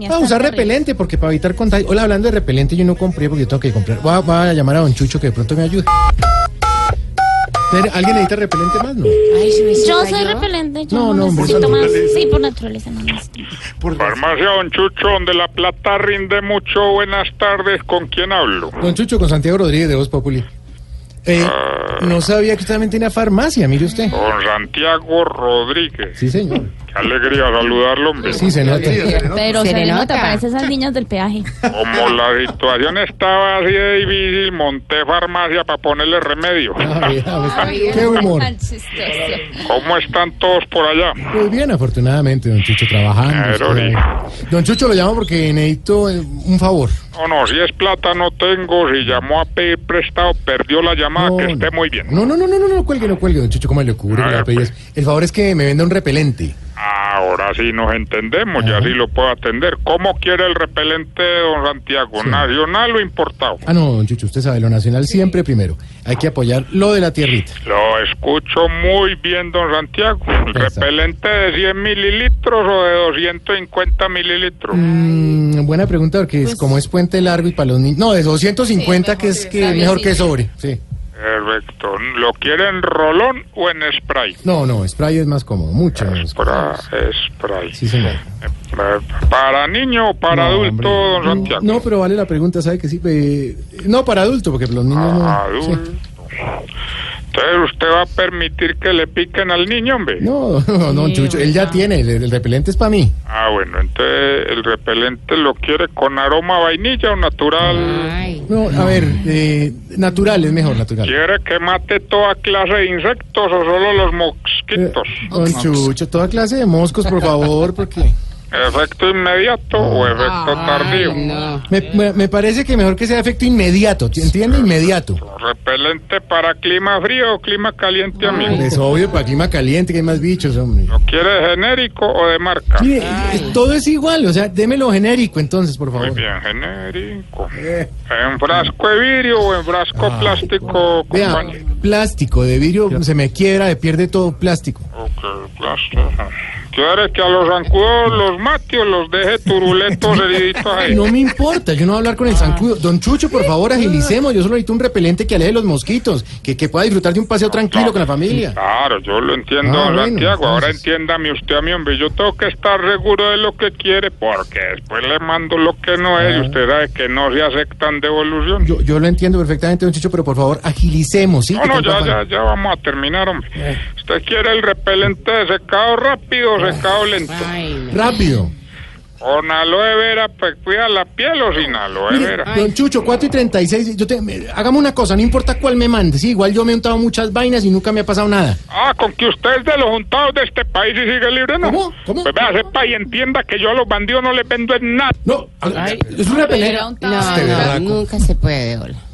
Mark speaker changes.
Speaker 1: Vamos a usar Ah, repelente porque para evitar contagio. Hola, hablando de repelente, yo no compré porque yo tengo que comprar. Voy a, voy a llamar a Don Chucho que de pronto me ayude. Pero, ¿Alguien necesita repelente más? No.
Speaker 2: Ay, se me
Speaker 3: Yo
Speaker 2: cayó.
Speaker 3: soy repelente, yo
Speaker 1: No,
Speaker 3: no,
Speaker 1: no, hombre,
Speaker 3: necesito
Speaker 1: por
Speaker 3: más.
Speaker 4: naturaleza.
Speaker 3: Sí, por naturaleza no necesito.
Speaker 4: Farmacia Don Chucho, donde la plata rinde mucho. Buenas tardes, ¿con quién hablo?
Speaker 1: Don Chucho con Santiago Rodríguez de Voz Populi. Eh, no sabía que usted también tenía farmacia, mire usted.
Speaker 4: Don Santiago Rodríguez.
Speaker 1: Sí, señor.
Speaker 4: Qué alegría saludarlo, hombre.
Speaker 1: Sí, se nota.
Speaker 3: Pero
Speaker 2: Se
Speaker 3: se,
Speaker 2: le
Speaker 3: le
Speaker 2: nota.
Speaker 3: nota, parece esas niñas del peaje.
Speaker 4: Como la situación estaba así de difícil, monté farmacia para ponerle remedio.
Speaker 1: Ah, bien, ah, bien. Qué humor.
Speaker 4: ¿Cómo están todos por allá?
Speaker 1: Muy bien, afortunadamente, Don Chucho, trabajando.
Speaker 4: Claro,
Speaker 1: usted. Don Chucho lo llamo porque necesito eh, un favor.
Speaker 4: No, no, si es plata no tengo, si llamó a pedir prestado, perdió la llamada, Ah, que esté muy bien.
Speaker 1: No, no, no, no, no, no, cuelgue, no cuelgue, Don Chucho, ¿cómo le ocurre?
Speaker 4: A
Speaker 1: Le va a
Speaker 4: ver,
Speaker 1: pedir
Speaker 4: pues.
Speaker 1: eso? El favor es que me venda un repelente.
Speaker 4: Ahora sí nos entendemos, ya
Speaker 1: Ajá.
Speaker 4: sí lo puedo atender. ¿Cómo quiere el repelente de Don Santiago?
Speaker 1: Sí.
Speaker 4: ¿Nacional o importado?
Speaker 1: Ah, no, don Chucho, usted sabe, lo nacional siempre primero. Hay que apoyar lo de la tierrita.
Speaker 4: Lo escucho muy bien, don Santiago. El
Speaker 1: Exacto.
Speaker 4: repelente de 100 mililitros o de 250 mililitros.
Speaker 1: Mm, buena pregunta, porque es, como es puente largo y para los niños... No, de 250, que es que mejor que sobre. Sí.
Speaker 4: Perfecto. ¿Lo quiere en rolón o en spray?
Speaker 1: No, no, spray es más cómodo, mucho. más cómodo.
Speaker 4: Para spray.
Speaker 1: Sí, señor.
Speaker 4: Eh, ¿Para niño o para
Speaker 1: No,
Speaker 4: adulto,
Speaker 1: hombre.
Speaker 4: don Santiago?
Speaker 1: No, pero vale la pregunta, ¿sabe que sí? Eh, no, para adulto, porque los niños
Speaker 4: Ah,
Speaker 1: no... sí.
Speaker 4: adulto. Entonces, ¿usted va a permitir que le piquen al niño, hombre?
Speaker 1: No, no, don Chucho, él ya tiene, el, el repelente es para mí.
Speaker 4: Ah, bueno, entonces el repelente lo quiere con aroma a vainilla o natural.
Speaker 2: Ay.
Speaker 1: No, a ver, eh, natural, es mejor natural.
Speaker 4: ¿Quiere que mate toda clase de insectos o solo los
Speaker 1: Eh,
Speaker 4: mosquitos?
Speaker 1: don Chucho, toda clase de moscos, por favor, porque...
Speaker 4: ¿Efecto inmediato o
Speaker 1: Ah.
Speaker 4: efecto tardío?
Speaker 2: Ay, no.
Speaker 1: Me, me- me parece que mejor que sea efecto inmediato, ¿te ¿entiende? Inmediato.
Speaker 4: ¿Repelente para clima frío o clima caliente, amigo?
Speaker 1: Pues Es obvio, para clima caliente que hay más bichos, hombre.
Speaker 4: ¿Lo quiere genérico o de marca?
Speaker 1: Mire, es- todo es igual, o sea, démelo genérico entonces, por
Speaker 4: Muy
Speaker 1: favor.
Speaker 4: bien, genérico.
Speaker 1: Eh, Ah.
Speaker 4: ¿En frasco de vidrio o en frasco plástico,
Speaker 1: Vea,
Speaker 4: compañero?
Speaker 1: plástico, de vidrio se me quiebra, se pierde todo plástico.
Speaker 4: Ok, plástico. ¿Quiere que a los zancudos los mate o los deje turuletos heriditos ahí?
Speaker 1: No me importa, yo no voy a hablar con el zancudo. Don Chucho, por favor, agilicemos. Yo solo necesito un repelente que aleje los mosquitos, que, que pueda disfrutar de un paseo tranquilo con la familia.
Speaker 4: Claro, yo lo entiendo,
Speaker 1: Ah,
Speaker 4: don
Speaker 1: bueno,
Speaker 4: Santiago. Ahora
Speaker 1: entonces.
Speaker 4: entiéndame usted a mí, hombre. Yo tengo que estar seguro de lo que quiere porque después le mando lo que no es y usted sabe que no se aceptan devoluciones.
Speaker 1: Yo, yo lo entiendo perfectamente, don Chucho, pero por favor, agilicemos, ¿sí?
Speaker 4: No,
Speaker 1: Que
Speaker 4: no,
Speaker 1: tanto
Speaker 4: ya,
Speaker 1: afán.
Speaker 4: ya, ya vamos a terminar, hombre.
Speaker 1: Eh.
Speaker 4: ¿Usted quiere el repelente de secado rápido o secado lento?
Speaker 2: Ay, no.
Speaker 1: Rápido.
Speaker 4: ¿Con aloe vera pues, cuida la piel o sin aloe
Speaker 1: Mire,
Speaker 4: vera?
Speaker 1: don Chucho, 4 y 36. Yo te, me- hagamos una cosa, no importa cuál me mande. Sí, igual yo me he untado muchas vainas y nunca me ha pasado nada.
Speaker 4: Ah, con que usted es de los juntados de este país y sigue libre, ¿no?
Speaker 1: ¿Cómo? ¿Cómo?
Speaker 4: Pues vea, sepa y entienda que yo a los bandidos no les vendo en nada.
Speaker 1: No, a- es una pelea.
Speaker 2: No, no, nunca se puede, hola.